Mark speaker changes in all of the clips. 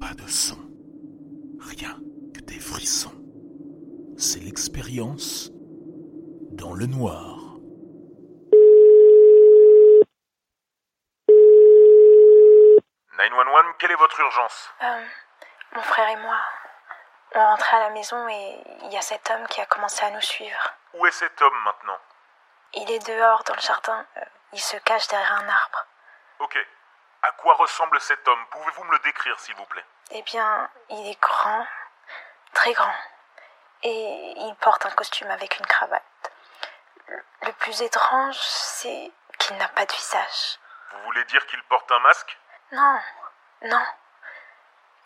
Speaker 1: Pas de son. Rien que des frissons. C'est l'expérience dans le noir.
Speaker 2: quelle est votre urgence
Speaker 3: Euh, mon frère et moi, on rentrait à la maison et il y a cet homme qui a commencé à nous suivre.
Speaker 2: Où est cet homme maintenant
Speaker 3: Il est dehors dans le jardin, euh, il se cache derrière un arbre.
Speaker 2: Ok. À quoi ressemble cet homme Pouvez-vous me le décrire, s'il vous plaît
Speaker 3: Eh bien, il est grand, très grand, et il porte un costume avec une cravate. Le- Le plus étrange, c'est qu'il n'a pas de visage.
Speaker 2: Vous voulez dire qu'il porte un masque
Speaker 3: Non, non,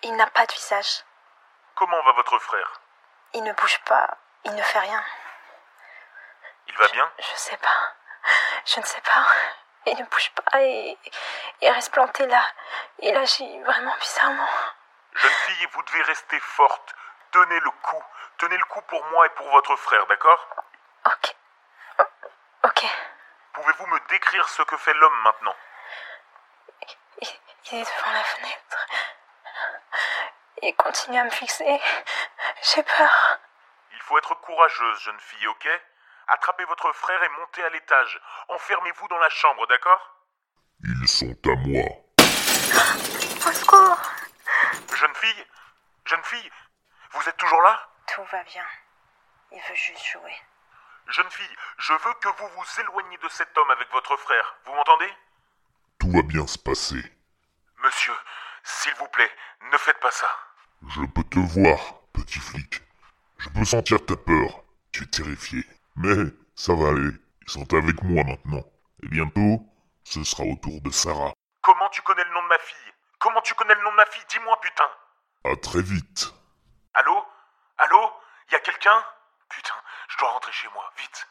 Speaker 3: il n'a pas de visage.
Speaker 2: Comment va votre frère
Speaker 3: Il ne bouge pas, il ne fait rien.
Speaker 2: Il va bien
Speaker 3: Je sais pas. Je ne sais pas. Il ne bouge pas et il reste planté là. Il agit vraiment bizarrement.
Speaker 2: Jeune fille, vous devez rester forte. Tenez le coup. Tenez le coup pour moi et pour votre frère, d'accord
Speaker 3: Ok. O- Ok.
Speaker 2: Pouvez-vous me décrire ce que fait l'homme maintenant
Speaker 3: Il, il est devant la fenêtre. Il continue à me fixer. J'ai peur.
Speaker 2: Il faut être courageuse, jeune fille, ok Attrapez votre frère et montez à l'étage. Enfermez-vous dans la chambre, d'accord
Speaker 4: Ils sont à moi.
Speaker 3: Au secours
Speaker 2: Jeune fille Jeune fille Vous êtes toujours là
Speaker 3: Tout va bien. Il veut juste jouer.
Speaker 2: Jeune fille, je veux que vous vous éloigniez de cet homme avec votre frère. Vous m'entendez
Speaker 4: Tout va bien se passer.
Speaker 2: Monsieur, s'il vous plaît, ne faites pas ça.
Speaker 4: Je peux te voir, petit flic. Je peux sentir ta peur. Tu es terrifié. Mais ça va aller. Ils sont avec moi maintenant. Et bientôt, ce sera au tour de Sarah.
Speaker 2: Comment tu connais le nom de ma fille Comment tu connais le nom de ma fille Dis-moi, putain
Speaker 4: À très vite.
Speaker 2: Allô Allô Y a quelqu'un Putain, je dois rentrer chez moi, vite